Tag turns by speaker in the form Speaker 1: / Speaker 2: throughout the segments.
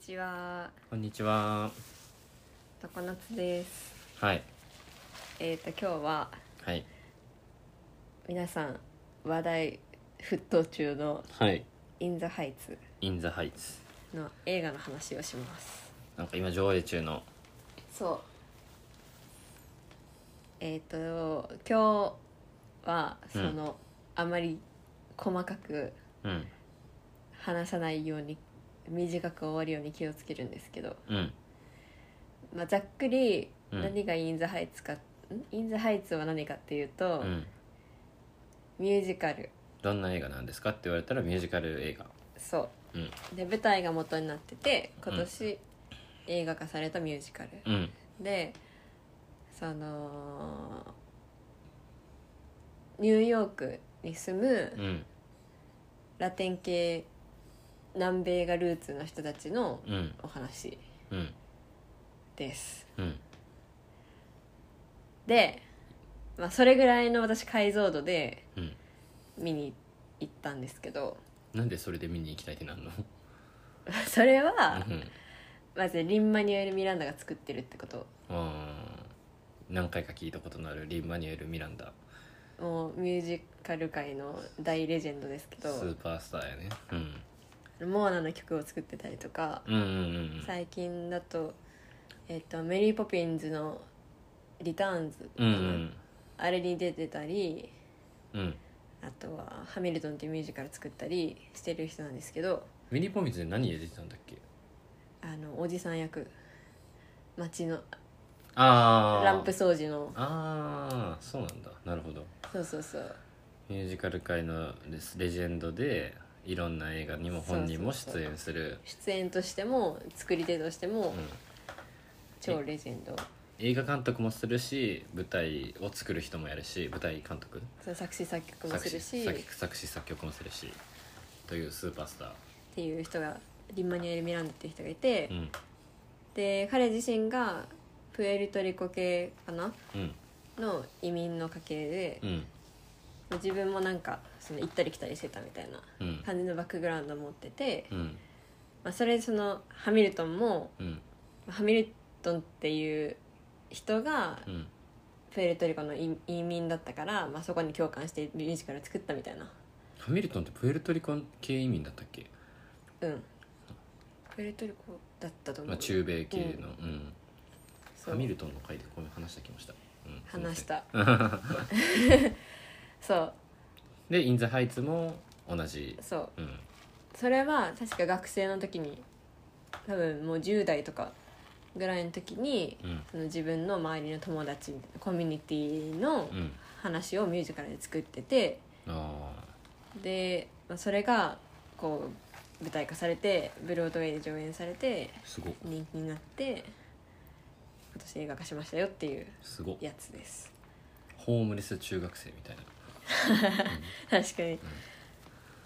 Speaker 1: ちは、
Speaker 2: こんにちは。
Speaker 1: 常夏です。
Speaker 2: はい。
Speaker 1: えっ、と今日は
Speaker 2: はい。
Speaker 1: 皆さん話題沸騰中の
Speaker 2: はい。
Speaker 1: インザハイツ
Speaker 2: インザハイツ。
Speaker 1: の映画の話をします。
Speaker 2: なんか今上映中の。
Speaker 1: そう。えっ、と今日はその、あまり細かく
Speaker 2: うん。
Speaker 1: 話さないように短く終わるように気をつけるんですけど、
Speaker 2: うん。
Speaker 1: まあざっくり
Speaker 2: うん
Speaker 1: 何がインザハイツか、んインザハイツは何かっていうと、
Speaker 2: うん。
Speaker 1: ミュージカル。
Speaker 2: どんな映画なんですかって言われたらミュージカル映画。
Speaker 1: そう
Speaker 2: うん。
Speaker 1: で舞台が元になってて今年、映画化されたミュージカル、
Speaker 2: うん。
Speaker 1: でそのニューヨークに住
Speaker 2: う
Speaker 1: む
Speaker 2: ん。
Speaker 1: ラテン系南米がルーツの人たちの
Speaker 2: うん。
Speaker 1: お話
Speaker 2: うん。
Speaker 1: です
Speaker 2: うん。
Speaker 1: で、まあ、それぐらいの私解像度で
Speaker 2: うん。
Speaker 1: 見に行ったんですけど
Speaker 2: なんでそれで見に行きたいってなんの
Speaker 1: それ
Speaker 2: う
Speaker 1: は
Speaker 2: ん。
Speaker 1: まずリン・マニュエル・ミランダが作ってるってこと
Speaker 2: あー何回か聞いたことのあるリン・マニュエル・ミランダ。
Speaker 1: もうミュージカル界の大レジェンドですけ
Speaker 2: ス
Speaker 1: ど
Speaker 2: ーパースターやね。うん。
Speaker 1: モアナの曲を作ってたりとか、
Speaker 2: うんうんうん
Speaker 1: 最近だと,、えっとメリー・ポピンズの「リターンズ」
Speaker 2: うん。うん
Speaker 1: あれに出てたり
Speaker 2: うん。うん。
Speaker 1: あとは「ハミルトン」っていうミュージカル作ったりしてる人なんですけど
Speaker 2: ミニポミズで何で出てたんだっけ
Speaker 1: あのおじさん役街の
Speaker 2: ああ。
Speaker 1: ランプ掃除の
Speaker 2: ああそうなんだなるほど
Speaker 1: そうそうそう
Speaker 2: ミュージカル界のレスレジェンドでいろんな映画にも本人も
Speaker 1: そうそう
Speaker 2: 出
Speaker 1: そう
Speaker 2: 演する
Speaker 1: 出演としても作り手としても
Speaker 2: うん
Speaker 1: 超レジェンド
Speaker 2: 映画監督もするし舞台を作る人もやるし舞台監督
Speaker 1: その作詞作曲もす
Speaker 2: 作詞
Speaker 1: るしっ
Speaker 2: 作曲作詞作曲もするしというスーパースター
Speaker 1: ていう人がリンマニュエル・ミランダっていう人がいて。
Speaker 2: うん
Speaker 1: で彼自身がプエルトリコ系かな
Speaker 2: うん
Speaker 1: の移民の家系で
Speaker 2: う、ん
Speaker 1: 自分もなんかその行ったり来たりしてたみたいな
Speaker 2: うん
Speaker 1: 感じのバックグラウンドを持ってて、
Speaker 2: うん
Speaker 1: まあ、それでそのハミルトンも
Speaker 2: うん
Speaker 1: ハミルトンっていう人が
Speaker 2: うん
Speaker 1: プエルトリコの移移民だったから、まあ、そこに共感してミュージカルを作ったみたいな
Speaker 2: ハミルトンってプエルトリコン系移民だったっけ、
Speaker 1: うんプエルトリコだったと思う、
Speaker 2: まあ、中米系の、うん
Speaker 1: そ
Speaker 2: ハ
Speaker 1: う
Speaker 2: ミルトンの回でこういう話してきました、うん、
Speaker 1: 話し
Speaker 2: すいま
Speaker 1: たそう
Speaker 2: せんでイン・ザ・ハイツも同じ
Speaker 1: そう
Speaker 2: うん
Speaker 1: それは確か学生の時に多分もう10代とかぐらいの時に
Speaker 2: うん
Speaker 1: その自分の周りの友達コミュニティの
Speaker 2: うん
Speaker 1: 話をミュージカルで作ってて
Speaker 2: あ
Speaker 1: でまあそれがこう舞台化されてブロードウェイで上演されて
Speaker 2: あすご
Speaker 1: 人気になって今年映画化しましたよっていう
Speaker 2: すご
Speaker 1: やつです
Speaker 2: ホームレス中学生みたいな
Speaker 1: 確かに、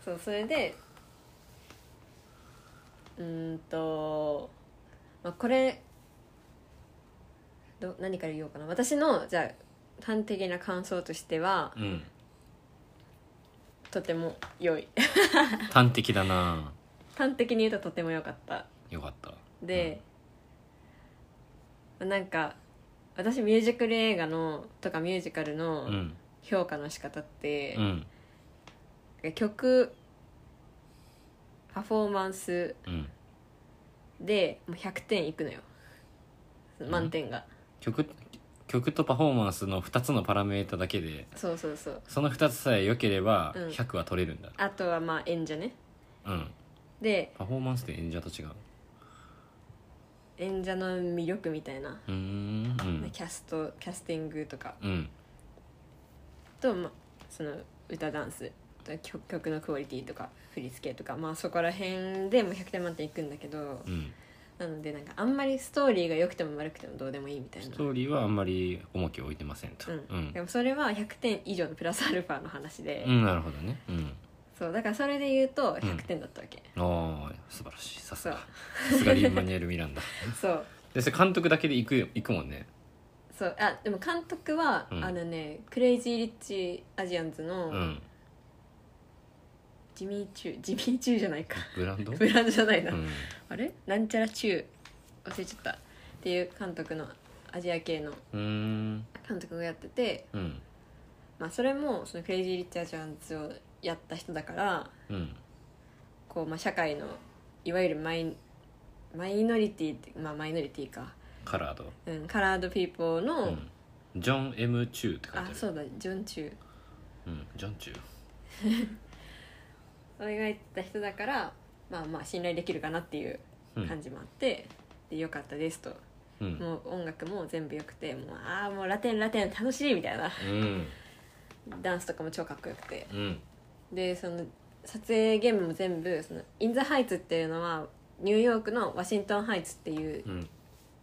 Speaker 1: そうそれでうーんと、まあ、これど何から言おうかな私のじゃあ端的な感想としては
Speaker 2: うん
Speaker 1: とても良い
Speaker 2: 端的だな
Speaker 1: 端的に言うととても良かった
Speaker 2: よかった
Speaker 1: で、まあなんか私ミュージカル映画のとかミュージカル
Speaker 2: う
Speaker 1: の
Speaker 2: ん
Speaker 1: 評価の仕方って
Speaker 2: う、ん
Speaker 1: 曲パフォーマンス
Speaker 2: うん
Speaker 1: でもう100点いくのよ
Speaker 2: ん
Speaker 1: 満点が、
Speaker 2: 曲曲とパフォーマンスの2つのパラメータだけで
Speaker 1: そうそうそう
Speaker 2: その2つさえ良ければ
Speaker 1: うん
Speaker 2: 100は取れるんだ
Speaker 1: あとはまあ演者ね
Speaker 2: うん、
Speaker 1: で
Speaker 2: パフォーマンスって演者と違う
Speaker 1: 演者の魅力みたいな、
Speaker 2: うーんうん
Speaker 1: キャストキャスティングとか
Speaker 2: うん
Speaker 1: と、まあ、その歌ダンス曲曲のクオリティとか振り付けとかまあそこら辺でもう100点満点いくんだけど
Speaker 2: うん
Speaker 1: なのでなんかあんまりストーリーが良くても悪くてもどうでもいいみたい
Speaker 2: ス
Speaker 1: な、
Speaker 2: トーリーはあんまり重きを置いてませんと
Speaker 1: う
Speaker 2: うん
Speaker 1: で
Speaker 2: ん、
Speaker 1: もそれは100点以上のプラスアルファの話で、
Speaker 2: うん、なるほどねうん
Speaker 1: そうだからそれで言うと
Speaker 2: うん
Speaker 1: 100点だったわけ、
Speaker 2: ああ素晴らしいさすが
Speaker 1: そう
Speaker 2: さすがリン・マニュエル・ミランダ
Speaker 1: そう
Speaker 2: でそれ監督だけで行くよ行くもんね
Speaker 1: そうあでも監督は、
Speaker 2: うん
Speaker 1: あのねクレイジー・リッチ・アジアンズの、
Speaker 2: うん
Speaker 1: ジミーチュージミーチューじゃないか
Speaker 2: ブランド、う
Speaker 1: ブランドじゃないな、
Speaker 2: ん、
Speaker 1: あれなんちゃらチュー忘れちゃったっていう監督のアジア系の
Speaker 2: うーん
Speaker 1: 監督がやってて、
Speaker 2: うん
Speaker 1: まあ、それもそのクレイジー・リッチャージャンズをやった人だから
Speaker 2: うん
Speaker 1: こう、まあ、社会のいわゆるマイマイノリティってまあマイノリティか、
Speaker 2: カラード、
Speaker 1: うん、カラードピーポーの、
Speaker 2: うん、ジョン・ M ・チューって書い
Speaker 1: あ
Speaker 2: てある
Speaker 1: そうだジョン・チュー
Speaker 2: うん、ジョン・チュー
Speaker 1: を描いた人だからまあまあ信頼できるかなっていう
Speaker 2: うん
Speaker 1: 感じもあって、でよかったですと
Speaker 2: うん、
Speaker 1: もう音楽も全部良くてもうああもうラテンラテン楽しいみたいな
Speaker 2: うん
Speaker 1: ダンスとかも超かっこよくて
Speaker 2: うん
Speaker 1: でその撮影現場も全部そのインザハイツっていうのはニューヨークのワシントンハイツっていう
Speaker 2: うん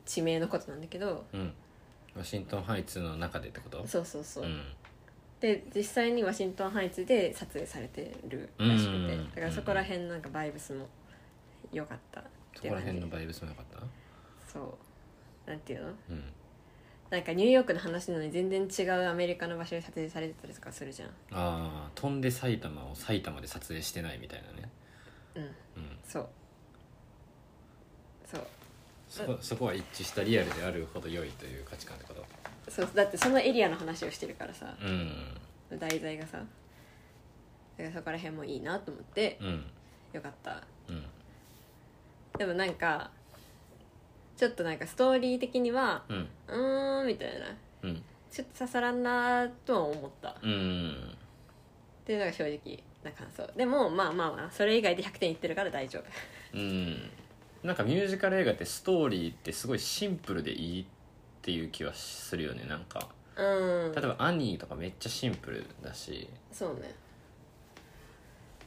Speaker 1: 地名のことなんだけど、
Speaker 2: うんワシントン・ハイツの中でってこと
Speaker 1: そうそうそう、
Speaker 2: うん
Speaker 1: で実際にワシントンハイツで撮影されてるらしくて
Speaker 2: うん
Speaker 1: だからそこら辺のなんかバイブスも良かったって
Speaker 2: そ
Speaker 1: いう
Speaker 2: こ
Speaker 1: 感
Speaker 2: ら
Speaker 1: じ
Speaker 2: 辺のバイブスもよかった
Speaker 1: そうなんていうの
Speaker 2: うん
Speaker 1: なんかニューヨークの話なのに全然違うアメリカの場所で撮影されてたりとかするじゃん
Speaker 2: ああ飛んで埼玉を埼玉で撮影してないみたいなね
Speaker 1: うん
Speaker 2: うん
Speaker 1: そうそう
Speaker 2: そこそこは一致したリアルであるほど良いという価値観ってこと
Speaker 1: そうだってそのエリアの話をしてるからさ
Speaker 2: うん
Speaker 1: 題材がさだからそこら辺もいいなと思って
Speaker 2: うん
Speaker 1: よかった
Speaker 2: うん
Speaker 1: でもなんかちょっとなんかストーリー的には
Speaker 2: うん
Speaker 1: うーんみたいな
Speaker 2: うん
Speaker 1: ちょっと刺さらんなとは思ったっ
Speaker 2: うん
Speaker 1: ていうのが正直な感想でもまあまあまあそれ以外で100点いってるから大丈夫
Speaker 2: うんなんかミュージカル映画ってストーリーってすごいシンプルでいいっていう気はするよねなんか
Speaker 1: うん
Speaker 2: 例えば「アニー」とかめっちゃシンプルだし
Speaker 1: そうね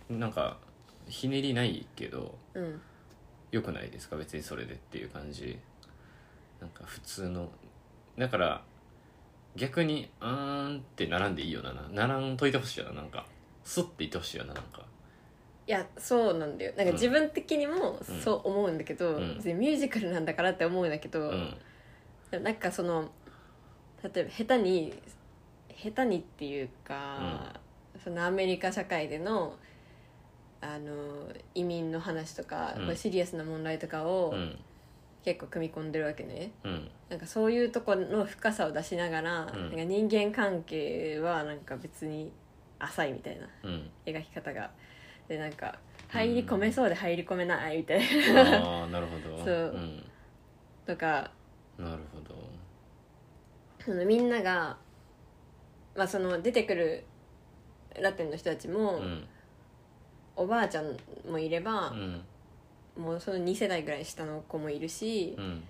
Speaker 2: なんかひねりないけど
Speaker 1: うん
Speaker 2: 良くないですか別にそれでっていう感じなんか普通のだから逆に「あーん」って並んでいいよなな並んといてほしいよななんかスッていってほしいよななんか
Speaker 1: いやそうなんだよなんか
Speaker 2: うん
Speaker 1: 自分的にもそう思うんだけど、
Speaker 2: うん
Speaker 1: 別にミュージカルなんだからって思うんだけど、
Speaker 2: うん
Speaker 1: でもなんかその例えば下手に下手にっていうか、そのアメリカ社会でのあの移民の話とか、
Speaker 2: うん
Speaker 1: こうシリアスな問題とかを
Speaker 2: うん
Speaker 1: 結構組み込んでるわけね、
Speaker 2: うん
Speaker 1: なんかそういうとこの深さを出しながら、
Speaker 2: う
Speaker 1: な
Speaker 2: ん
Speaker 1: んか人間関係はなんか別に浅いみたいな
Speaker 2: うん
Speaker 1: 描き方がでなんか入り込めそうで入り込めないみたいな、
Speaker 2: ああなるほど、
Speaker 1: そうんとか
Speaker 2: なるほど
Speaker 1: そのみんなが、まあ、その出てくるラテンの人たちも、
Speaker 2: うん
Speaker 1: おばあちゃんもいれ
Speaker 2: う
Speaker 1: ば、
Speaker 2: ん
Speaker 1: もうその2世代ぐらい下の子もいるし、
Speaker 2: うん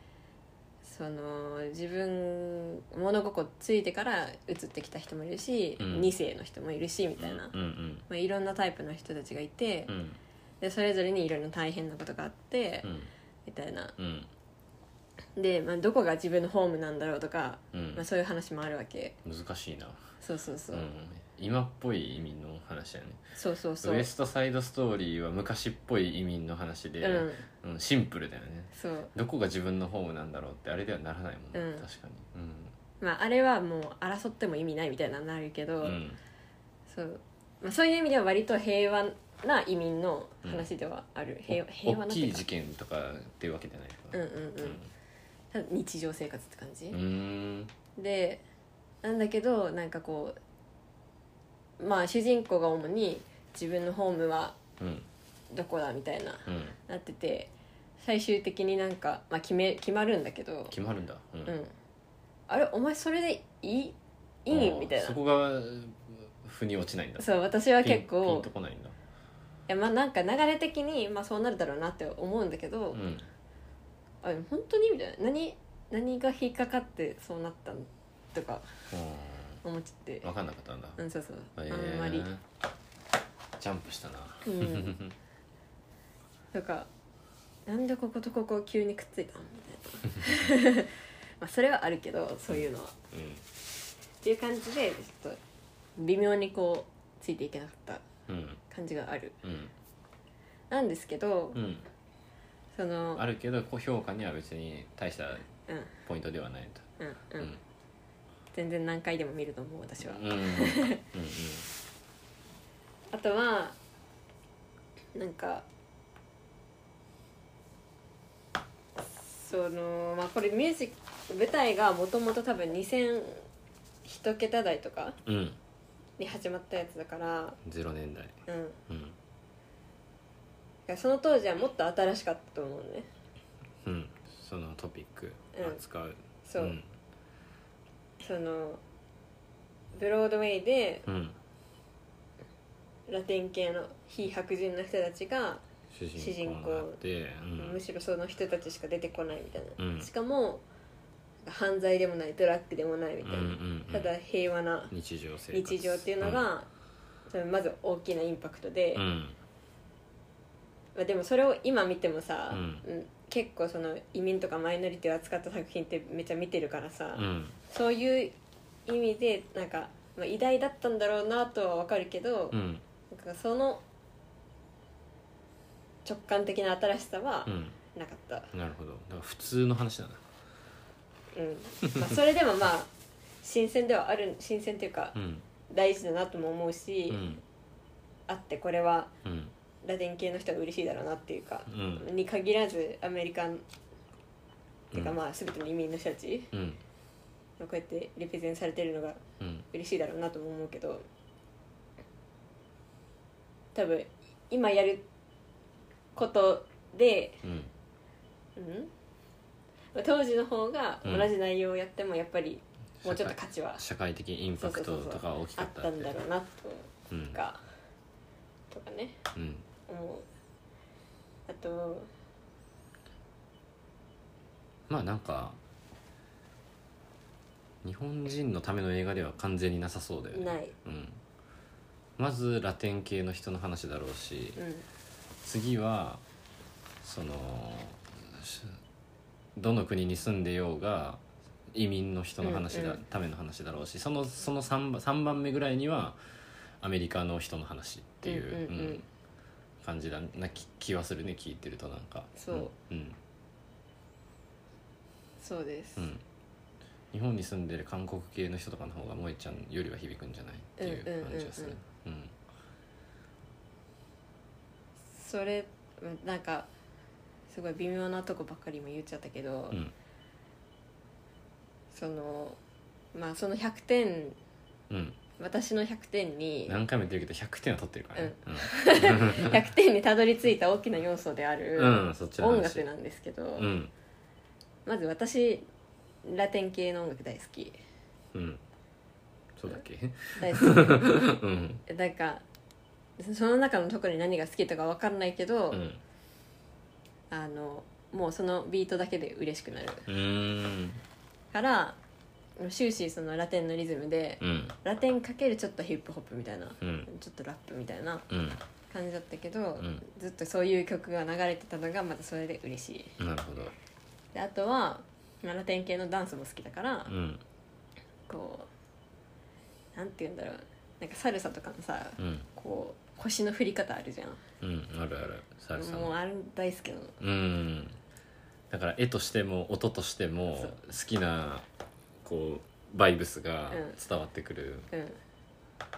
Speaker 1: その自分物心ついてから移ってきた人もいるし、
Speaker 2: うん
Speaker 1: 2世の人もいるしみたいな、
Speaker 2: うんうん
Speaker 1: まあ、いろんなタイプの人たちがいて、
Speaker 2: うん
Speaker 1: でそれぞれにいろいろ大変なことがあって、
Speaker 2: うん
Speaker 1: みたいな
Speaker 2: うん
Speaker 1: で、まあ、どこが自分のホームなんだろうとか、
Speaker 2: うん
Speaker 1: まあ、そういう話もあるわけ
Speaker 2: 難しいな
Speaker 1: そうそうそう、
Speaker 2: うん今っぽい移民の話だよね
Speaker 1: そうそうそう
Speaker 2: ウエストサイドストーリーは昔っぽい移民の話で、
Speaker 1: うん
Speaker 2: うん、シンプルだよね
Speaker 1: そう
Speaker 2: どこが自分のホームなんだろうってあれではならないもんね、
Speaker 1: うん
Speaker 2: 確か
Speaker 1: まああれはもう争っても意味ないみたいなのになるけど、
Speaker 2: にうん
Speaker 1: そうまあ、そういう意味では割と平和な移民の話ではある、平和平
Speaker 2: お
Speaker 1: 和
Speaker 2: 大
Speaker 1: な
Speaker 2: きい
Speaker 1: か
Speaker 2: 事件とかっていうわけじゃないか
Speaker 1: うん
Speaker 2: ら
Speaker 1: うんうんただ日常生活って感じ
Speaker 2: う、ん
Speaker 1: でなんだけどなんかこうまあ主人公が主に自分のホームは
Speaker 2: うん
Speaker 1: どこだみたいな
Speaker 2: うん
Speaker 1: なってて最終的になんか、まあ、決め決まるんだけど、
Speaker 2: 決まるんだうん、
Speaker 1: うん、あれお前それでいいいい
Speaker 2: あー
Speaker 1: みたいな
Speaker 2: そこが腑に落ちないんだ
Speaker 1: そう私は結
Speaker 2: ピンピ
Speaker 1: 構
Speaker 2: ンとこないんだ
Speaker 1: いやまあなんか流れ的に、まあ、そうなるだろうなって思うんだけど、
Speaker 2: うん
Speaker 1: あでも本当にみたいな何何が引っかかってそうなったのとか思っちゃって
Speaker 2: 分かんなかったんだ、
Speaker 1: うんそうそう、
Speaker 2: え
Speaker 1: あんまり
Speaker 2: ージャンプしたな
Speaker 1: うんとかなんでこことここ急にくっついたのみた いなまあそれはあるけどそういうのは、っていう感じでちょっと微妙にこうついていけなかった
Speaker 2: うんうん
Speaker 1: 感じがある
Speaker 2: うん
Speaker 1: なんですけど、
Speaker 2: うん
Speaker 1: その
Speaker 2: あるけど高評価には別に大した
Speaker 1: うん
Speaker 2: ポイントではない
Speaker 1: う
Speaker 2: と
Speaker 1: んう、
Speaker 2: うんん
Speaker 1: 全然何回でも見ると思う私は、
Speaker 2: うんうん
Speaker 1: あとはなんかそのまあこれミュージック舞台がもともと多分2000一桁台とか
Speaker 2: うん
Speaker 1: に始まったやつだから
Speaker 2: 0年代
Speaker 1: うんだか
Speaker 2: うん
Speaker 1: らその当時はもっと新しかったと思うね
Speaker 2: うんそのトピック扱う
Speaker 1: そう、
Speaker 2: うん
Speaker 1: そのブロードウェイで
Speaker 2: うん
Speaker 1: ラテン系の非白人の人たちが、
Speaker 2: 主人公
Speaker 1: 主人公
Speaker 2: があってうん
Speaker 1: むしろその人たちしか出てこないみたいな、
Speaker 2: うん
Speaker 1: しかも犯罪でもないドラッグでもないみたいな、
Speaker 2: うんうんうん
Speaker 1: ただ平和な
Speaker 2: 日常生活
Speaker 1: 日常っていうのが、そのまず大きなインパクトで、
Speaker 2: うんうん
Speaker 1: まあ、でもそれを今見てもさ、
Speaker 2: うん
Speaker 1: うん結構その移民とかマイノリティを扱った作品ってめっちゃ見てるからさ、
Speaker 2: うん
Speaker 1: そういう意味でなんか、まあ、偉大だったんだろうなとはわかるけど、
Speaker 2: うん
Speaker 1: なんかその直感的な新しさは
Speaker 2: うん
Speaker 1: なかった、
Speaker 2: なるほどだから普通の話なんだ
Speaker 1: うんまあ、それでもまあ新鮮ではある新鮮というか
Speaker 2: うん
Speaker 1: 大事だなとも思う
Speaker 2: う
Speaker 1: し、
Speaker 2: ん
Speaker 1: あってこれは
Speaker 2: うん
Speaker 1: ラテン系の人は嬉しいだろうなっていうか、
Speaker 2: うん
Speaker 1: に限らずアメリカンっていうか
Speaker 2: うん
Speaker 1: まあ全ての移民の人たち
Speaker 2: うん
Speaker 1: がこうやってレペゼンされてるのが
Speaker 2: うん
Speaker 1: 嬉しいだろうなとも思うけど多分今やることで、
Speaker 2: うん
Speaker 1: うんまあ、当時の方が
Speaker 2: うん
Speaker 1: 同じ内容をやってもやっぱりもうちょっと価値は
Speaker 2: 社会的インパクトとかは大き
Speaker 1: あ
Speaker 2: か
Speaker 1: っ
Speaker 2: った
Speaker 1: たんだろうな
Speaker 2: うん
Speaker 1: とか、とかね
Speaker 2: うん
Speaker 1: 思う。あと
Speaker 2: まあなんか日本人のための映画では完全になさそうだよね
Speaker 1: ない、
Speaker 2: うん、まずラテン系の人の話だろうし、
Speaker 1: うん
Speaker 2: 次はそのしどの国に住んでようが移民の人の話だ、
Speaker 1: うんうん
Speaker 2: ための話だろうしそのその 3, 番3番目ぐらいにはアメリカの人の話っていう、
Speaker 1: うんうんうん
Speaker 2: 感じだな気気はするね聞いてるとなんか
Speaker 1: そう
Speaker 2: うん
Speaker 1: そうです、
Speaker 2: うん、日本に住んでる韓国系の人とかの方が萌ちゃんよりは響くんじゃないっていう感じがするうん
Speaker 1: それうんなんかすごい微妙なとこばっかりも言っちゃったけど、
Speaker 2: うん
Speaker 1: そのまあその100点
Speaker 2: うん
Speaker 1: 私の100点に
Speaker 2: 何回も言ってるけど100点は取ってるからね
Speaker 1: 100点にたどり着いた大きな要素であ
Speaker 2: う
Speaker 1: る
Speaker 2: ん、うんそっちの話
Speaker 1: 音楽なんですけど、
Speaker 2: うん
Speaker 1: まず私ラテン系の音楽大好き
Speaker 2: うんそうだっけ
Speaker 1: 大好
Speaker 2: うん
Speaker 1: きなんかその中の特に何が好きとか分かんないけど、
Speaker 2: うん
Speaker 1: あのもうそのビートだけで嬉しくなる
Speaker 2: うーん
Speaker 1: から終始そのラテンのリズムで
Speaker 2: うん
Speaker 1: ラテンかけるちょっとヒップホップみたいな
Speaker 2: うん
Speaker 1: ちょっとラップみたいな
Speaker 2: うん
Speaker 1: 感じだったけど、
Speaker 2: ん
Speaker 1: ずっとそういう曲が流れてたのがまたそれで嬉しい
Speaker 2: なるほど
Speaker 1: であとはまあラテン系のダンスも好きだから、
Speaker 2: うん
Speaker 1: こうなんて言うんだろうなんかサルサとかのさ、
Speaker 2: うん
Speaker 1: こう腰の振り方あるじゃん
Speaker 2: うんあるあるサルサ
Speaker 1: もう
Speaker 2: の
Speaker 1: あれ大好きなの
Speaker 2: うんだから絵としても音としても
Speaker 1: そ
Speaker 2: 好
Speaker 1: う
Speaker 2: きなこうバイブスが
Speaker 1: うん
Speaker 2: 伝わってくる
Speaker 1: うん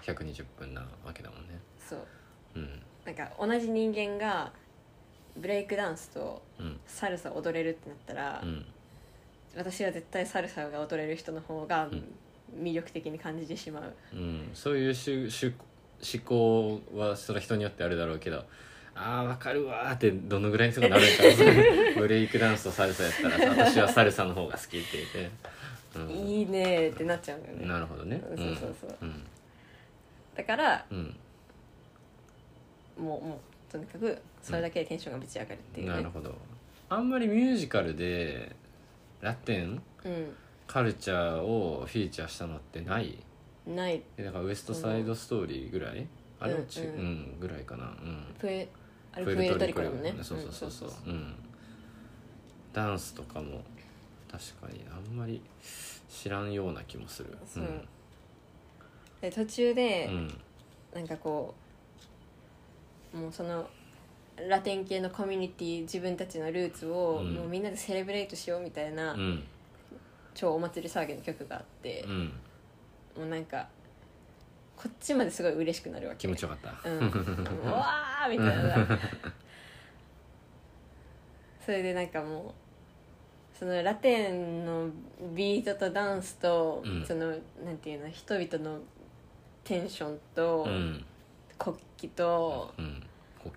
Speaker 2: 120分なわけだもんね
Speaker 1: そう
Speaker 2: うん
Speaker 1: なんか同じ人間がブレイクダンスと
Speaker 2: うん
Speaker 1: サルサ踊れるってなったら、
Speaker 2: うん
Speaker 1: 私は絶対サルサが踊れる人の方が
Speaker 2: ん
Speaker 1: 魅力的に感じてしまう、
Speaker 2: うんそういうしゅしゅ思考はその人によってあるだろうけどあーわかるわーってどのぐらいの人がなるん だろうブレイクダンスとサルサやったらさ私はサルサの方が好きって言って、うん
Speaker 1: いいねーってなっちゃうんだよね
Speaker 2: なるほどね
Speaker 1: そうそうそう
Speaker 2: うん
Speaker 1: だから
Speaker 2: うん、
Speaker 1: もうもうとにかくそれだけでテンションがぶち上がるって
Speaker 2: う
Speaker 1: いう
Speaker 2: ん、なる
Speaker 1: ね
Speaker 2: ほどあんまりミュージカルでラテンカルチャーをフィーチャーしたのってない
Speaker 1: うんない
Speaker 2: えだからウエストサイドストーリーぐらいあれはち、
Speaker 1: うんうん
Speaker 2: うん、ぐらいかなうん
Speaker 1: プエあれプエルトリコだもんね
Speaker 2: そうそうそうそう、うん、ダンスとかも確かにあんまり知らんような気もする
Speaker 1: そうで途中で
Speaker 2: う、ん
Speaker 1: なんかこうもうそのラテン系のコミュニティ自分たちのルーツを、
Speaker 2: うん
Speaker 1: もうみんなでセレブレートしようみたいな、
Speaker 2: うん
Speaker 1: 超お祭り騒ぎの曲があって
Speaker 2: う、ん
Speaker 1: もうなんかこっちまですごい嬉しくなるわけ
Speaker 2: 気持ちよかった、
Speaker 1: うん、うわーみたいなそれでなんかもうそのラテンのビートとダンスと、
Speaker 2: うん
Speaker 1: そのなんていうの人々のテンションと、
Speaker 2: うん
Speaker 1: 国旗と
Speaker 2: うん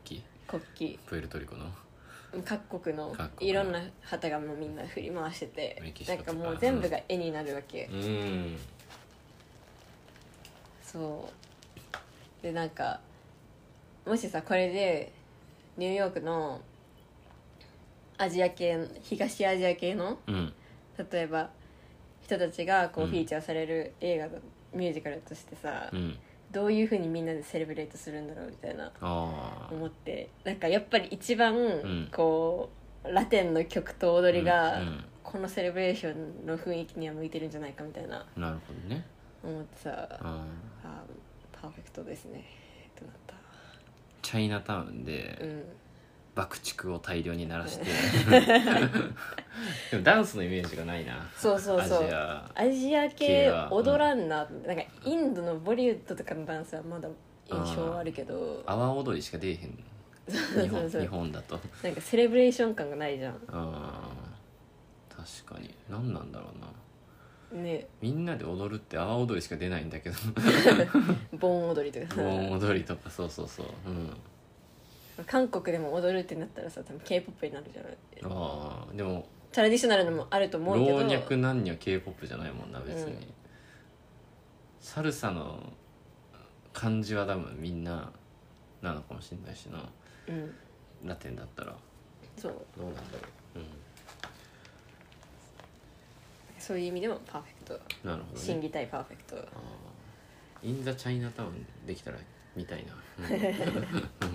Speaker 2: 国
Speaker 1: 国旗
Speaker 2: 旗プエルトリコの
Speaker 1: 各国の
Speaker 2: 各国
Speaker 1: い
Speaker 2: の
Speaker 1: ろんな旗がもうみんな振り回してて
Speaker 2: メキシ
Speaker 1: な
Speaker 2: コ
Speaker 1: ん
Speaker 2: と
Speaker 1: か
Speaker 2: か
Speaker 1: もう全部が絵になるわけ、
Speaker 2: うん
Speaker 1: そうでなんかもしさこれでニューヨークのアジア系の東アジア系の
Speaker 2: うん
Speaker 1: 例えば人たちがこう
Speaker 2: うん
Speaker 1: フィーチャーされる映画のミュージカルとしてさ、
Speaker 2: うん
Speaker 1: どういうふうにみんなでセレブレートするんだろうみたいな
Speaker 2: ああ
Speaker 1: 思ってなんかやっぱり一番
Speaker 2: ん
Speaker 1: こう、ラテンの曲と踊りが、
Speaker 2: うんうん
Speaker 1: このセレブレーションの雰囲気には向いてるんじゃないかみたいな
Speaker 2: なるほどね
Speaker 1: 思ってさ
Speaker 2: あ
Speaker 1: あパーフェクトですねってなった
Speaker 2: ーチャイナタウンで
Speaker 1: うん
Speaker 2: 爆竹を大量に鳴 らしてでもダンスのイメージがないな
Speaker 1: そうそうそう
Speaker 2: アジア
Speaker 1: アジア
Speaker 2: 系
Speaker 1: 系
Speaker 2: は
Speaker 1: 踊らんな,、なんかインドのボリウッドとかのダンスはまだ印象はあるけど
Speaker 2: 阿波踊りしか出えへん
Speaker 1: そう
Speaker 2: 日本
Speaker 1: そう
Speaker 2: 日本だと
Speaker 1: なんかセレブレーション感がないじゃ
Speaker 2: あー確かに何なんだろうなん
Speaker 1: ね
Speaker 2: みんなで踊るって阿波踊りしか出ないん だけど
Speaker 1: 盆踊りとかさ
Speaker 2: 盆踊りとかそうそうそううん
Speaker 1: 韓国でも踊るってなったらさ多分 k p o p になるじゃない
Speaker 2: ああでも
Speaker 1: トラディショナルのもあると思うけど
Speaker 2: 老若男女 k p o p じゃないもんな別に、
Speaker 1: うん
Speaker 2: サルサの感じは多分みんななのかもしれないしな
Speaker 1: うん
Speaker 2: ラテンだったら
Speaker 1: そう
Speaker 2: どうなんだろう、
Speaker 1: そういう意味でもパーフェク
Speaker 2: うん、なる
Speaker 1: ト
Speaker 2: ほど
Speaker 1: 審
Speaker 2: ね
Speaker 1: 議対パーフェクト
Speaker 2: ああインザチャイナタウンできたらみたいな、うん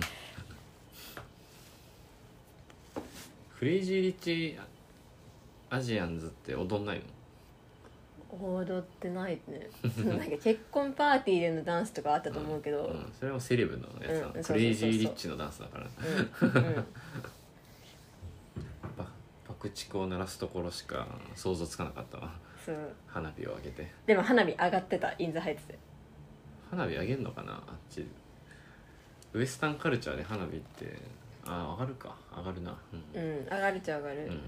Speaker 2: クレイジーリッチアジアンズって踊んないの
Speaker 1: 踊ってない ねなんか結婚パーティーでのダンスとかあったと思うけど、
Speaker 2: うん、それもセレブのやつなの、
Speaker 1: うん
Speaker 2: クレイジーリッチのダンスだから
Speaker 1: うんうん
Speaker 2: ば爆竹を鳴らすところしか想像つかなかったわ
Speaker 1: そう
Speaker 2: 花火を上げて
Speaker 1: でも花火上がってたインザハイツで
Speaker 2: 花火上げんのかなあっちウエスタンカルチャーで花火ってああ上がるか上がるなう
Speaker 1: うん上がるっちゃ上がる、
Speaker 2: ん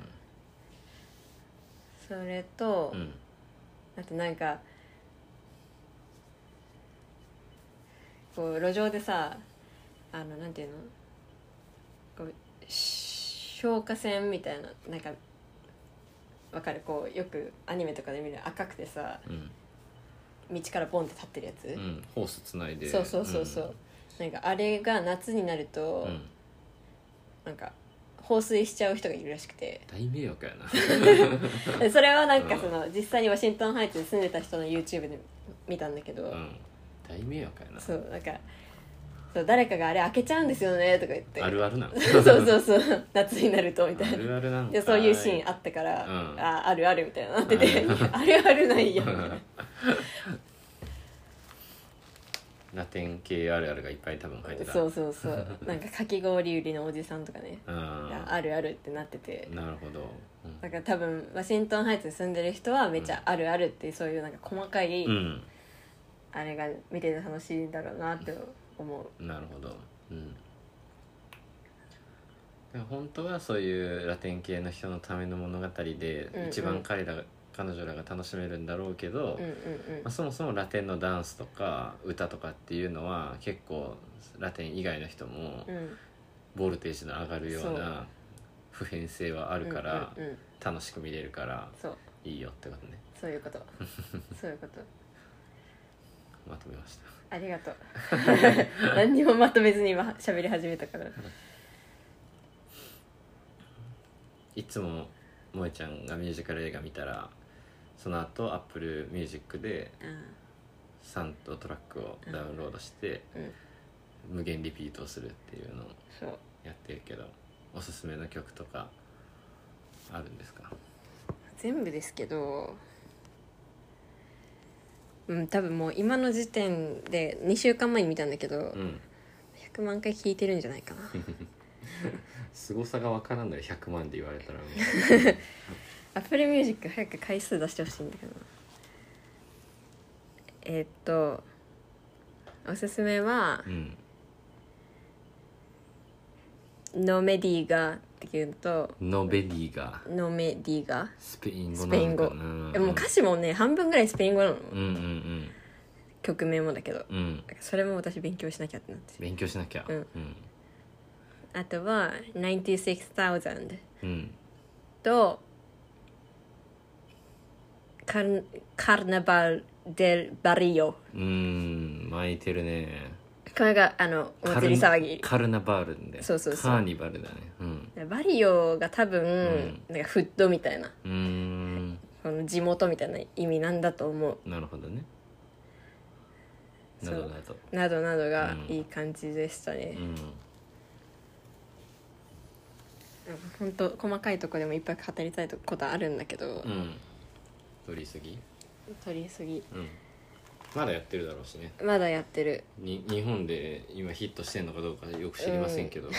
Speaker 1: それと、
Speaker 2: うん、うん、
Speaker 1: あとなんかこう路上でさあのなんていうのこう消火栓みたいななんかわかるこうよくアニメとかで見る赤くてさ
Speaker 2: うん
Speaker 1: 道からボンって立ってるや
Speaker 2: う
Speaker 1: つ、
Speaker 2: ん、ホースつないで
Speaker 1: そうそうそうそう、なんかあれが夏になる
Speaker 2: うん、
Speaker 1: と、
Speaker 2: うん
Speaker 1: なんか放水しちゃう人がいるらしくて
Speaker 2: 大迷惑やな
Speaker 1: で それはなんか
Speaker 2: うん
Speaker 1: その実際にワシントンハイツに住んでた人の YouTube で見たんだけど、
Speaker 2: うん大迷惑やな
Speaker 1: そうなんかそう誰かがあれ開けちゃうんですよねとか言って
Speaker 2: あるあるな の
Speaker 1: そうそうそう夏になるとみた
Speaker 2: あ
Speaker 1: いな
Speaker 2: るあるなんか
Speaker 1: でそういうシーンあったから、
Speaker 2: うん
Speaker 1: ああるあるみたいななってて、 あるあるないやみた いな
Speaker 2: ラテン系あるあるがいっぱい多分入ってた
Speaker 1: そうそうそう なんかかき氷売りのおじさんとかね
Speaker 2: うん
Speaker 1: ああるあるってなってて
Speaker 2: なるほど、うん
Speaker 1: だから多分ワシントンハイツに住んでる人はめっちゃあるあるっていうそういうなんか細かい、
Speaker 2: うん
Speaker 1: あれが見てて楽しいんだろうなって思う
Speaker 2: なるほどうんでも本当はそういうラテン系の人のための物語で
Speaker 1: うんうん
Speaker 2: 一番彼らが、彼女らが楽しめるんだろうけど、
Speaker 1: うんうん
Speaker 2: まあ、そもそもラテンのダンスとか歌とかっていうのは結構ラテン以外の人も
Speaker 1: うんうん
Speaker 2: ボルテージの上がるような普遍性はあるから
Speaker 1: うんうんうん、
Speaker 2: 楽しく見れるから
Speaker 1: そう
Speaker 2: いいよってことね
Speaker 1: そういうこと そういうこと
Speaker 2: まとめました
Speaker 1: ありがとう 何にもまとめずに今喋り始めたから
Speaker 2: いつも萌ちゃんがミュージカル映画見たらその後アップルミュージックで
Speaker 1: う
Speaker 2: サンとトラックをダウンロードして、
Speaker 1: んうん
Speaker 2: 無限リピートをするっていうのを
Speaker 1: そう
Speaker 2: やってるけどおすすめの曲とかあるんですか
Speaker 1: 全部ですけどうん多分もう今の時点で2週間前に見たんだけど、
Speaker 2: うん
Speaker 1: 100万回聞いてるんじゃない かな
Speaker 2: 凄さがわからんのよ100万で言われたらもう
Speaker 1: アップルミュージック早く回数出してほしいんだけどえーっとおすすめは
Speaker 2: うん
Speaker 1: 「ノメディーガ」っていうのと
Speaker 2: ノベリーが
Speaker 1: 「ノメディーガ
Speaker 2: スペイン語なのかな」
Speaker 1: えもう歌詞もね半分ぐらいスペイン語なの、
Speaker 2: うんうん
Speaker 1: 曲名もだけど
Speaker 2: うんうん
Speaker 1: それも私勉強しなきゃってなってる
Speaker 2: 勉強しなきゃ
Speaker 1: うん
Speaker 2: うん
Speaker 1: あとは「96000
Speaker 2: うん」
Speaker 1: と「カルカルナバル・デル・バリオ
Speaker 2: うーん巻いてるね」
Speaker 1: これがあのお祭り騒ぎ
Speaker 2: カルナバールんで
Speaker 1: そうそうそう
Speaker 2: カーニバルだねうん
Speaker 1: バリオが多分、なんかフットみたいな
Speaker 2: うーん
Speaker 1: その地元みたいな意味なんだと思う
Speaker 2: なるほどね
Speaker 1: そう
Speaker 2: なるほどなるほど
Speaker 1: などなどが
Speaker 2: うん
Speaker 1: いい感じでしたね
Speaker 2: う、ん
Speaker 1: 本当細かいとこでもいっぱい語りたいことあるんだけど、
Speaker 2: うん取りすぎ
Speaker 1: 取りすぎ
Speaker 2: うんまだやってるだろうしね
Speaker 1: まだやってる
Speaker 2: に日本で今ヒットしてんのかどうかよく知りませんけど、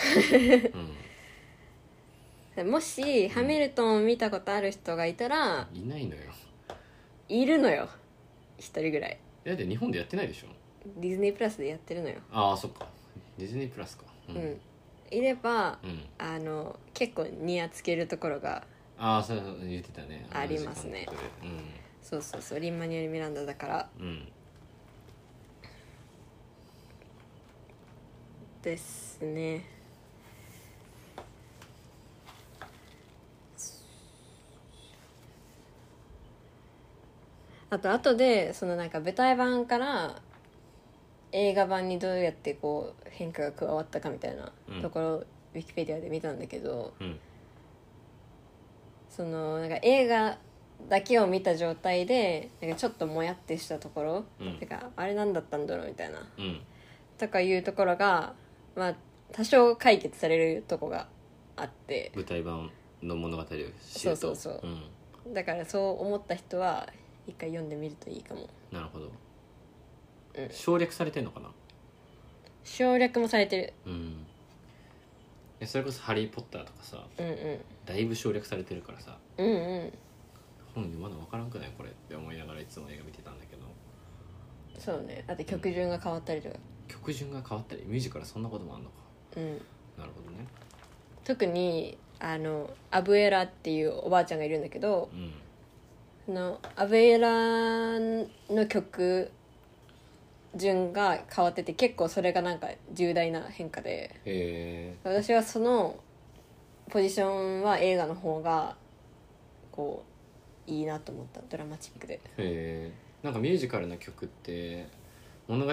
Speaker 2: うん
Speaker 1: もしハミルトンを見たことある人がいたら
Speaker 2: いないのよ
Speaker 1: いるのよ一人ぐらい
Speaker 2: だって日本でやってないでしょ
Speaker 1: ディズニープラスでやってるのよ
Speaker 2: ああそっかディズニープラスかう、
Speaker 1: うんん、いれば
Speaker 2: うん
Speaker 1: あの結構ニヤつけるところが
Speaker 2: ああそうそう言ってたね
Speaker 1: ありますね
Speaker 2: 同じ監督
Speaker 1: そうそうそうリンマニュエル・ミランダだから
Speaker 2: でうん、うん、
Speaker 1: ですねあと後でそのなんか舞台版から映画版にどうやってこう変化が加わったかみたいな
Speaker 2: うん
Speaker 1: ところをウィキペディアで見たんだけど、
Speaker 2: うん
Speaker 1: そのなんか映画だけを見た状態でなんかちょっともやってしたところ、
Speaker 2: うん
Speaker 1: てかあれ何だったんだろうみたいな
Speaker 2: うん
Speaker 1: とかいうところが、まあ、多少解決されるとこがあって
Speaker 2: 舞台版の物語を知ると、
Speaker 1: そうそうそうんだからそう思った人は一回読んでみるといいかも
Speaker 2: なるほど、
Speaker 1: うん
Speaker 2: 省略されてんのかな
Speaker 1: 省略もされてる
Speaker 2: うんえそれこそ「ハリー・ポッター」とかさ
Speaker 1: うんうん
Speaker 2: だいぶ省略されてるからさ
Speaker 1: うんうん
Speaker 2: 本読まだ分からんくないこれって思いながらいつも映画見てたんだけど
Speaker 1: そうねあと曲順が変わったりとか
Speaker 2: 曲順が変わったりミュージカルそんなこともあんのか
Speaker 1: うん
Speaker 2: なるほどね
Speaker 1: 特にあのアブエラっていうおばあちゃんがいるんだけど
Speaker 2: うん
Speaker 1: そのアブエラの曲順が変わってて結構それがなんか重大な変化で
Speaker 2: へえ
Speaker 1: 私はそのポジションは映画の方がこういいなと思ったドラマチックで
Speaker 2: へえんかミュージカルの曲って物語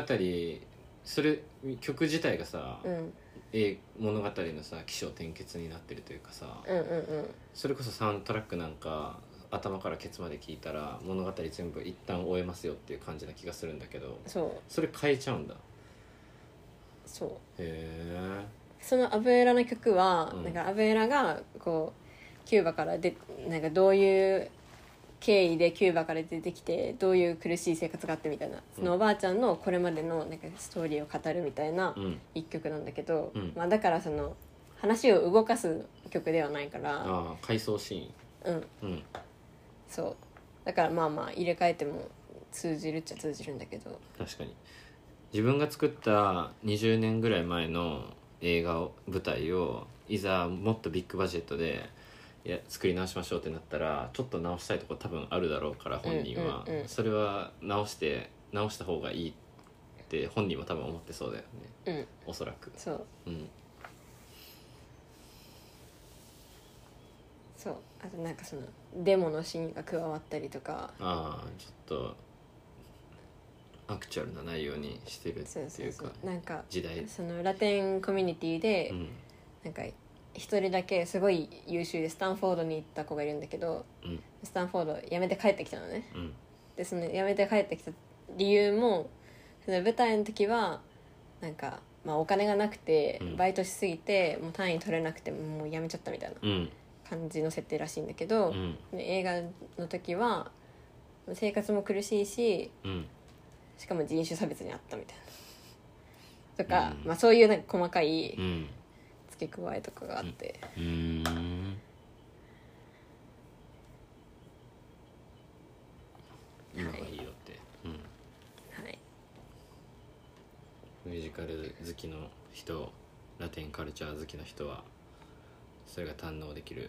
Speaker 2: それ曲自体がさ、
Speaker 1: うん
Speaker 2: え物語のさ起承転結になってるというかさ、
Speaker 1: うんうん
Speaker 2: それこそサウンドトラックなんか頭からケツまで聞いたら物語全部一旦終えますよっていう感じな気がするんだけど
Speaker 1: うんそう
Speaker 2: それ変えちゃうんだ
Speaker 1: そう
Speaker 2: へ
Speaker 1: そのアブエラの曲は、
Speaker 2: うん
Speaker 1: なんかアブエラがこうキューバからでなんかどういう経緯でキューバから出てきてどういう苦しい生活があってみたいなそのおばあちゃんのこれまでのなんかストーリーを語るみたいな
Speaker 2: えうん
Speaker 1: 一曲なんだけど、
Speaker 2: うん
Speaker 1: まあ、だからその話を動かす曲ではないから、
Speaker 2: ああ回想シ
Speaker 1: うん、
Speaker 2: ーンうん
Speaker 1: そうだからまあまあ入れ替えても通じるっちゃ通じるんだけど
Speaker 2: 確かに自分が作った20年ぐらい前の映画を舞台をいざもっとビッグバジェットでいや作り直しましょうってなったらちょっと直したいとこ多分あるだろうから本人は、
Speaker 1: うんうんうん
Speaker 2: それは直して直した方がいいって本人も多分思ってそうだよね
Speaker 1: うん
Speaker 2: おそらく
Speaker 1: そう
Speaker 2: うん
Speaker 1: そうあとなんかそのデモのシーンが加わったりとか
Speaker 2: ああちょっとアクチュアルな内容にしてるって
Speaker 1: そうそ
Speaker 2: いうう
Speaker 1: そ
Speaker 2: か
Speaker 1: うなんか
Speaker 2: 時代
Speaker 1: そのラテンコミュニティで、
Speaker 2: うん
Speaker 1: なんか一人だけすごい優秀でスタンフォードに行った子がいるんだけど
Speaker 2: うん
Speaker 1: スタンフォード辞めて帰ってきたのね
Speaker 2: うん
Speaker 1: でその辞めて帰ってきた理由もその舞台の時はなんか、まあ、お金がなくて
Speaker 2: うん
Speaker 1: バイトしすぎてもう単位取れなくてもう辞めちゃったみたいな
Speaker 2: うん
Speaker 1: 感じの設定らしいんだけど
Speaker 2: う、ん
Speaker 1: 映画の時は生活も苦しいし
Speaker 2: うん
Speaker 1: しかも人種差別にあったみたいなとか、
Speaker 2: うん
Speaker 1: まあ、そういうなんか細かい
Speaker 2: うん
Speaker 1: 付け加えとかがあって、
Speaker 2: うーん今がいいよって、うん
Speaker 1: はい
Speaker 2: ミュージカル好きの人ラテンカルチャー好きの人はそれが堪能できる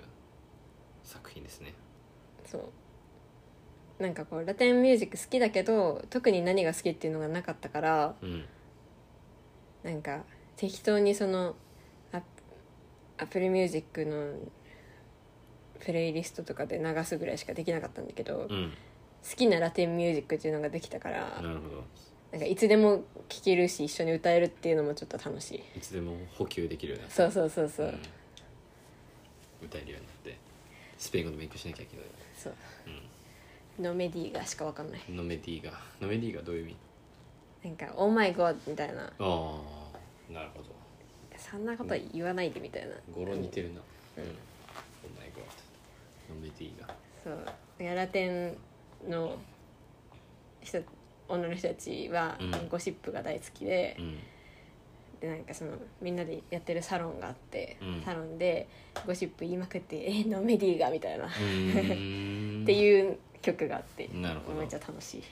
Speaker 2: 作品ですね
Speaker 1: そうなんかこうラテンミュージック好きだけど特に何が好きっていうのがなかったから
Speaker 2: うん
Speaker 1: なんか適当にそのアアップルミュージックのプレイリストとかで流すぐらいしかできなかったんだけど、
Speaker 2: う
Speaker 1: 好
Speaker 2: ん
Speaker 1: きなラテンミュージックっていうのができたから、
Speaker 2: なるほど
Speaker 1: なんかいつでも聴けるし一緒に歌えるっていうのもちょっと楽しい
Speaker 2: いつでも補給できるような
Speaker 1: そうそうそうそう、
Speaker 2: ん歌えるようになってスペイン語の勉強しなきゃいけない
Speaker 1: そう、ノメディーがしかわかんない
Speaker 2: ノメディーがノメディーがどういう意味
Speaker 1: なんか「オーマイゴー」みたいな
Speaker 2: ああなるほど
Speaker 1: そんなこと言わないでみたいな、
Speaker 2: 語呂似てるな
Speaker 1: うん
Speaker 2: お前がノメディーが
Speaker 1: そうラテンの人女の人たちは
Speaker 2: うん
Speaker 1: ゴシップが大好きで、
Speaker 2: うん
Speaker 1: でなんかそのみんなでやってるサロンがあって、
Speaker 2: うん
Speaker 1: サロンでゴシップ言いまくって「えノメディーが」みたいな、
Speaker 2: うーん
Speaker 1: っていう曲があって
Speaker 2: なるほど
Speaker 1: めっちゃ楽しい。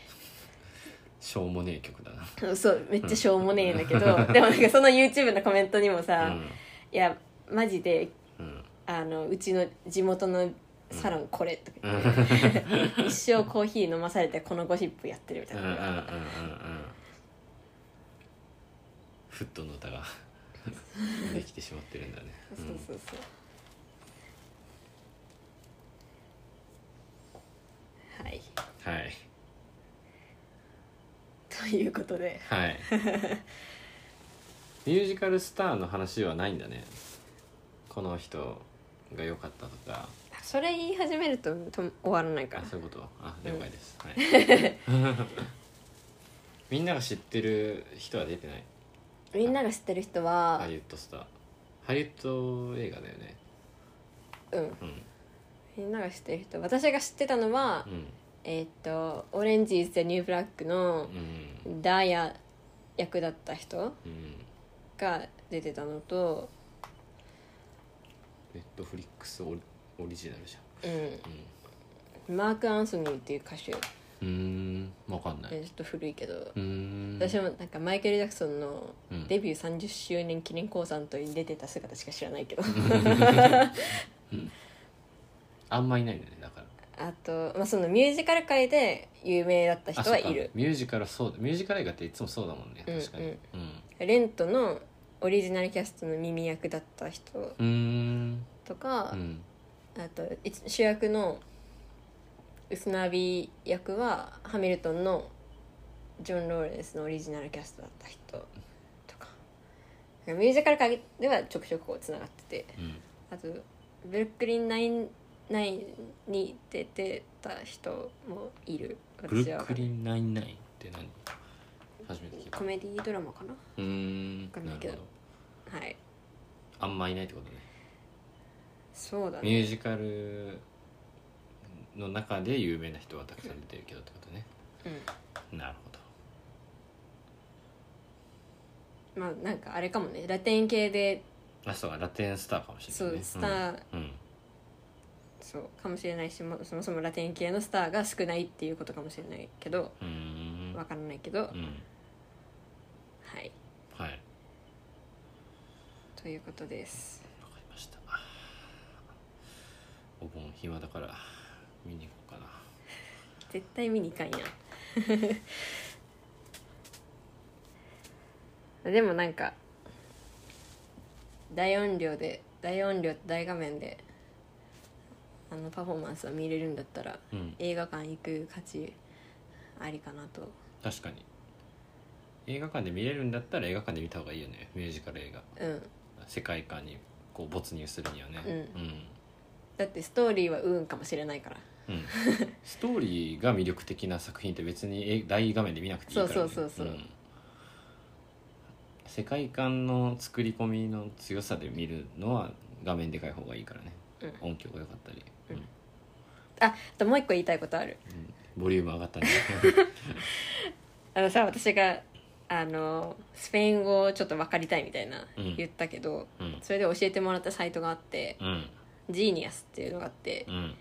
Speaker 2: しょうもねえ曲だな
Speaker 1: そうめっちゃしょうもねえんだけどでもなんかその YouTube のコメントにもさ、
Speaker 2: うん
Speaker 1: いやマジで
Speaker 2: うん
Speaker 1: あのうちの地元のサロンこれとか言って、一生コーヒー飲まされてこのゴシップやってるみた
Speaker 2: う
Speaker 1: い
Speaker 2: ん
Speaker 1: な
Speaker 2: うんう
Speaker 1: の
Speaker 2: んうん
Speaker 1: が、
Speaker 2: うんフット の歌ができてしまってるんだね
Speaker 1: そうそうそう、はい
Speaker 2: うんはい
Speaker 1: ということで
Speaker 2: はい ミュージカルスターの話はないんだねこの人が良かったとか
Speaker 1: それ言い始めるとと終わらないか
Speaker 2: あ
Speaker 1: ら
Speaker 2: そういうことあ了解です、はい みんなが知ってる人は出てない
Speaker 1: みんなが知ってる人は
Speaker 2: ハリウッドスターハリウッド映画だよね
Speaker 1: うん
Speaker 2: うん
Speaker 1: みんなが知ってる人私が知ってたのは、
Speaker 2: うん
Speaker 1: えーっと「オレンジ・イズ・ザ・ニュー・ブラック」の
Speaker 2: うん
Speaker 1: ダーヤ役だった人
Speaker 2: うん
Speaker 1: が出てたのと、
Speaker 2: ネットフリックスオリオリジナルじ
Speaker 1: う
Speaker 2: ゃんうん
Speaker 1: ん、マーク・アンソニーっていう歌手、
Speaker 2: うーんわかんない
Speaker 1: えー
Speaker 2: う
Speaker 1: ちょっと古いけど、
Speaker 2: ーん
Speaker 1: 私もなんかマイケル・ジャクソンの
Speaker 2: うん
Speaker 1: デビュー30周年記念コンサートに出てた姿しか知らないけど
Speaker 2: あんまいないんだねだから
Speaker 1: あと、まあ、そのミュージカル界で有名だった
Speaker 2: あ
Speaker 1: 人はい
Speaker 2: そっ
Speaker 1: る
Speaker 2: かミュージカルはそうだミュージカル映画っていつもそうだもんね
Speaker 1: うん
Speaker 2: 確かに
Speaker 1: うん
Speaker 2: うん
Speaker 1: レントのオリジナルキャストの耳役だった人
Speaker 2: うーん
Speaker 1: とか、
Speaker 2: うん
Speaker 1: あとい主役のウスナビ役はハミルトンのジョン・ローレンスのオリジナルキャストだった人とかミュージカル界ではちょくちょくこうつながってて
Speaker 2: うん
Speaker 1: あとブルックリン9 9に出てた人もいる
Speaker 2: ブル
Speaker 1: 私
Speaker 2: ッ
Speaker 1: は
Speaker 2: クリンナインナインって何初めて聞いた
Speaker 1: コメディドラマかな
Speaker 2: うーん
Speaker 1: かんないけど
Speaker 2: るほ
Speaker 1: はい
Speaker 2: どあんまいないってことね
Speaker 1: そうだ
Speaker 2: ミ
Speaker 1: ね
Speaker 2: ュージカルの中で有名な人はたくさん出てるけどってことねなるほど
Speaker 1: うんまあなんかあれかもねラテン系で
Speaker 2: ラストがラテンスターかもしれ
Speaker 1: そ
Speaker 2: ないうね
Speaker 1: スター、
Speaker 2: うん、うん
Speaker 1: そうかもしれないしもそもそもラテン系のスターが少ないっていうことかもしれないけど
Speaker 2: うーん
Speaker 1: わからないけど、
Speaker 2: うん
Speaker 1: はい
Speaker 2: はいわか
Speaker 1: ということです
Speaker 2: りましたお盆暇だから見に行こうかな
Speaker 1: 絶対見に行かん やんでもなんか大音量で大音量と大画面であのパフォーマンスを見れるんだったら
Speaker 2: うん
Speaker 1: 映画館行く価値ありかなと
Speaker 2: 確かに映画館で見れるんだったら映画館で見た方がいいよねミュージカル映画
Speaker 1: うん
Speaker 2: 世界観にこう没入するにはね
Speaker 1: うだってストーリーはうんかもしれないから
Speaker 2: うん、 うんストーリーが魅力的な作品って別にえ大画面で見なくていいから、ね、
Speaker 1: そうそうそうそうん
Speaker 2: 世界観の作り込みの強さで見るのは画面でかい方がいいからね、
Speaker 1: う
Speaker 2: 音響が良かったり、
Speaker 1: うん
Speaker 2: うん
Speaker 1: ああともう一個言いたいことある
Speaker 2: ボリューム上が ったり、
Speaker 1: あのさ私があのスペイン語をちょっと分かりたいみたいな
Speaker 2: うん
Speaker 1: 言ったけど、
Speaker 2: うん
Speaker 1: それで教えてもらったサイトがあって
Speaker 2: うん
Speaker 1: ジーニアスっていうのがあって
Speaker 2: うん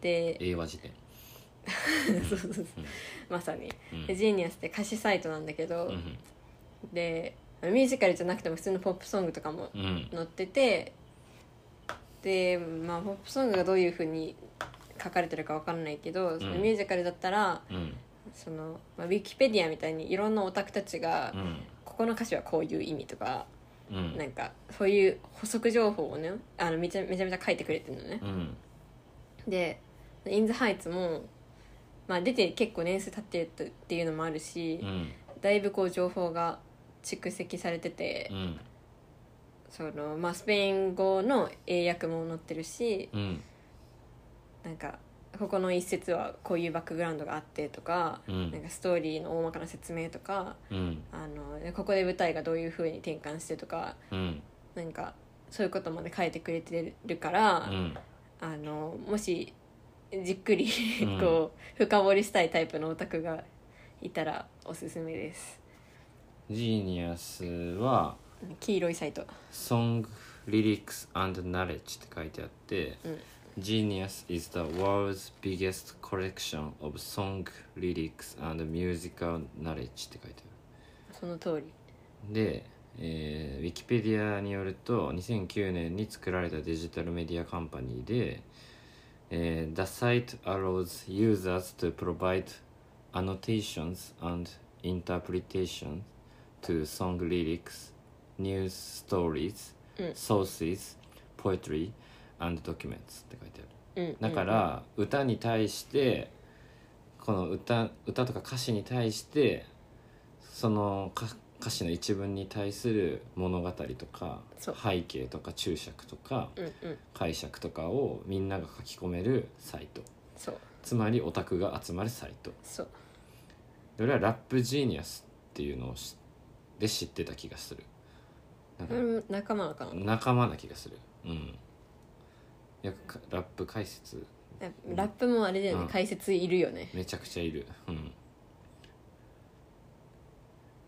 Speaker 1: で
Speaker 2: 英和辞典
Speaker 1: そうそうそうまさに
Speaker 2: うん
Speaker 1: でジーニアスって歌詞サイトなんだけど、
Speaker 2: うん
Speaker 1: でミュージカルじゃなくても普通のポップソングとかも
Speaker 2: うん
Speaker 1: 載っててでまあポップソングがどういうふうに書かれてるかわかんないけど、そのミュージカルだったら
Speaker 2: うん
Speaker 1: その、まあ、ウィキペディアみたいにいろんなオタクたちが、
Speaker 2: うん
Speaker 1: ここの歌詞はこういう意味とか、
Speaker 2: うん
Speaker 1: なんかそういう補足情報をねあのめちゃめちゃめちゃ書いてくれてるのね
Speaker 2: う、ん
Speaker 1: で「イン・ザ・ハイツも」まあ、出て結構年数経ってるとっていうのもあるし、
Speaker 2: うん
Speaker 1: だいぶこう情報が蓄積されてて、
Speaker 2: うん
Speaker 1: そのまあ、スペイン語の英訳も載ってるし
Speaker 2: うん
Speaker 1: なんかここの一節はこういうバックグラウンドがあってとか,、
Speaker 2: うん
Speaker 1: なんかストーリーの大まかな説明とか
Speaker 2: うん
Speaker 1: あのここで舞台がどういうふうに転換してとか
Speaker 2: うん
Speaker 1: なんかそういうことまで書いてくれてるから、
Speaker 2: うん
Speaker 1: あのもしじっくり
Speaker 2: う ん
Speaker 1: こう、深掘りしたいタイプのオタクがいたらおすすめです
Speaker 2: ジーニアスは
Speaker 1: 黄色いサイト
Speaker 2: 「Song Lyrics and Knowledge」って書いてあって
Speaker 1: うん
Speaker 2: Genius is the world's biggest collection of song lyrics and musical knowledge って書いてある
Speaker 1: その通り
Speaker 2: で、えー、ウィキペディアによると2009年に作られたデジタルメディアカンパニーで、えー The site allows users to provide annotations and interpretations to song lyrics, news stories,
Speaker 1: うん
Speaker 2: sources, poetry, and documents って書いてある。
Speaker 1: うん
Speaker 2: だから歌に対してこの歌歌とか歌詞に対してそのか歌詞の一文に対する物語とか
Speaker 1: そう
Speaker 2: 背景とか注釈とか
Speaker 1: うんうん
Speaker 2: 解釈とかをみんなが書き込めるサイト
Speaker 1: そう
Speaker 2: つまりオタクが集まるサイト
Speaker 1: そう
Speaker 2: で俺はラップジーニアスっていうのをしで知ってた気がするなんか
Speaker 1: うん仲間かな
Speaker 2: 仲間な気がするうんよくかラップ解説
Speaker 1: ラップもあれだよね、
Speaker 2: うん
Speaker 1: 解説いるよね
Speaker 2: めちゃくちゃいるうん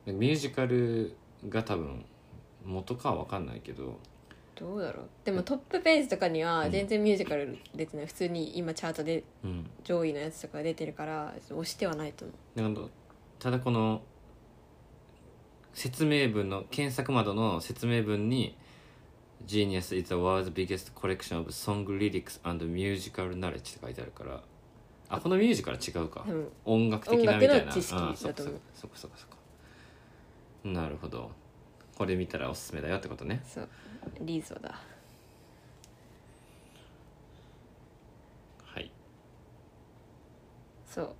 Speaker 2: でミュージカルが多分元かは分かんないけど
Speaker 1: どうだろうでもトップページとかには全然ミュージカル出てない、普通に今チャートで
Speaker 2: うん
Speaker 1: 上位のやつとか出てるから押してはないと思う
Speaker 2: なんかただこの説明文の検索窓の説明文に「Genius is the world's biggest collection of song lyrics and musical knowledge」って書いてあるからあこのミュージカル違うか、
Speaker 1: 多分
Speaker 2: 音楽的なみたいな
Speaker 1: 音楽の知識
Speaker 2: あーそっか
Speaker 1: だと思う
Speaker 2: そっかそっかそっかそっかなるほどこれ見たらおすすめだよってことね
Speaker 1: そうリーゾだ
Speaker 2: はい
Speaker 1: そう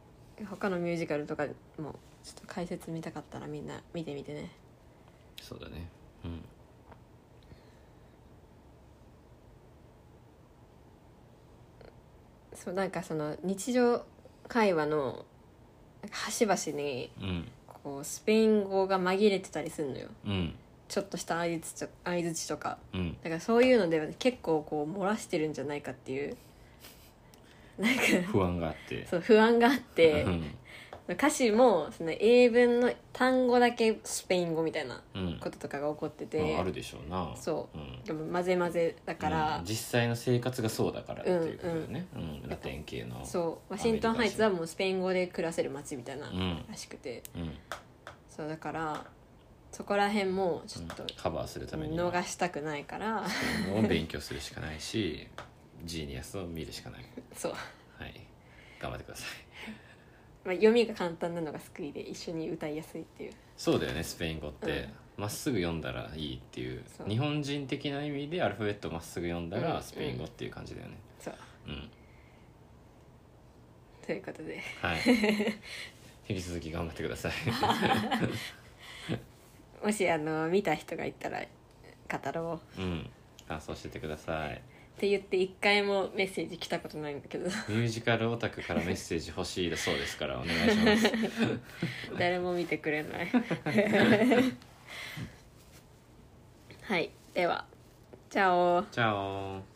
Speaker 1: 他のミュージカルとかもちょっと解説見たかったらみんな見てみてね
Speaker 2: そうだねうん
Speaker 1: そうなんかその日常会話のなんか端々に
Speaker 2: うん
Speaker 1: こうスペイン語が紛れてたりするのよ
Speaker 2: うん
Speaker 1: ちょっとした相槌と相槌とか
Speaker 2: うん
Speaker 1: だからそういうので結構こう漏らしてるんじゃないかっていうなんか
Speaker 2: 不安があって
Speaker 1: そう不安があって
Speaker 2: うん
Speaker 1: 歌詞もその英文の単語だけスペイン語みたいな
Speaker 2: うん
Speaker 1: こととかが起こって
Speaker 2: まああ
Speaker 1: て
Speaker 2: るでしょうな、
Speaker 1: そう
Speaker 2: ん、
Speaker 1: でも混ぜ混ぜだから
Speaker 2: うん、実際の生活がそうだからっていうことだよね、うんラテン系の
Speaker 1: そうワシントンハイツはもうスペイン語で暮らせる街みたいな
Speaker 2: うんうん
Speaker 1: らしくて、そうだからそこら辺もちょっと
Speaker 2: カバーするためには
Speaker 1: 逃したくないから、
Speaker 2: を勉強するしかないしジーニアスを見るしかない
Speaker 1: そう、
Speaker 2: はい頑張ってください
Speaker 1: まあ、読みが簡単なのが救いで一緒に歌いやすいっていう
Speaker 2: そうだよねスペイン語って
Speaker 1: うん
Speaker 2: ま、っすぐ読んだらいいっていう
Speaker 1: そう
Speaker 2: 日本人的な意味でアルファベットまっすぐ読んだ
Speaker 1: う
Speaker 2: ら
Speaker 1: ん
Speaker 2: スペイン語っていう感じだよね
Speaker 1: そう
Speaker 2: うん
Speaker 1: ということで
Speaker 2: はい引き続き頑張ってください
Speaker 1: もしあの見た人がいたら語ろうっ
Speaker 2: うん感想しててください
Speaker 1: て言って一回もメッセージ来たことないんだけど
Speaker 2: ミュージカルオタクからメッセージ欲しいだそうですからお願いします
Speaker 1: 誰も見てくれない はいではチャオ
Speaker 2: チャオ